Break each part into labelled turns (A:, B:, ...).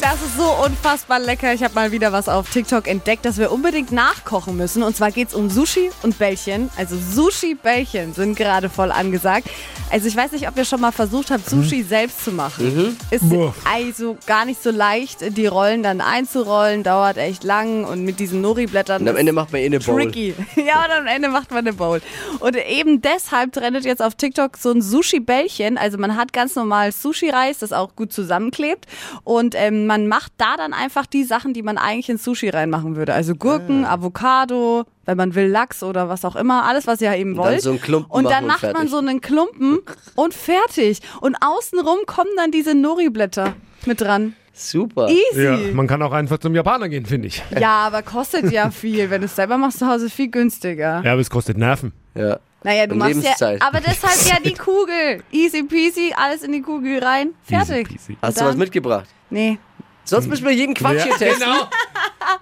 A: Das ist so unfassbar lecker. Ich habe mal wieder was auf TikTok entdeckt, das wir unbedingt nachkochen müssen. Und zwar geht es um Sushi und Bällchen. Also Sushi-Bällchen sind gerade voll angesagt. Also ich weiß nicht, ob ihr schon mal versucht habt, Sushi selbst zu machen. Ist also gar nicht so leicht, die Rollen dann einzurollen. Dauert echt lang. Und mit diesen Nori-Blättern...
B: Und am Ende macht man eh eine Bowl.
A: Tricky. Ja, und am Ende macht man eine Bowl. Und eben deshalb trendet jetzt auf TikTok so ein Sushi-Bällchen. Also man hat ganz normal Sushi-Reis, das auch gut zusammenklebt. Und ähm, man macht da dann einfach die Sachen, die man eigentlich ins Sushi reinmachen würde. Also
B: Ah.
A: Gurken, Avocado, wenn man will, Lachs oder was auch immer. Alles, was ihr eben
B: dann
A: wollt.
B: so einen Klumpen
A: Und dann
B: machen und
A: macht man
B: fertig.
A: so einen Klumpen und fertig. Und außenrum kommen dann diese Nori-Blätter mit dran.
B: Super.
A: Easy.
C: Ja, man kann auch einfach zum Japaner gehen, finde ich.
A: Ja, aber kostet ja viel. Wenn du es selber machst zu Hause, viel günstiger.
C: Ja, aber es kostet Nerven.
B: Ja.
A: Naja, du
B: Und
A: machst
B: Lebenszeit.
A: ja. Aber deshalb ja die Kugel. Easy peasy, alles in die Kugel rein. Fertig.
C: Easy peasy.
B: Hast du
A: Dann-
B: was mitgebracht?
A: Nee.
B: Sonst müssen wir jeden Quatsch hier
C: Ja,
B: testen.
C: genau.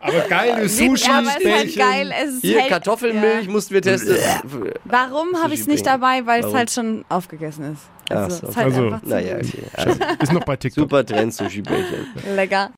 C: Aber geil, du Sushi,
A: ja, aber es ist halt
C: Bällchen.
A: geil. Es ist
B: Hier
A: hell-
B: Kartoffelmilch
A: Ja.
B: mussten wir testen.
A: Warum habe ich es nicht
B: Sushi-Bällchen.
A: dabei? Weil es
B: Warum?
A: halt schon aufgegessen ist.
B: Ach
A: Also,
B: so.
A: es ist halt
C: Also,
A: einfach zu
B: Naja, okay. Also,
C: Ist noch bei TikTok.
B: super Trend, Sushi-Bällchen.
A: lecker.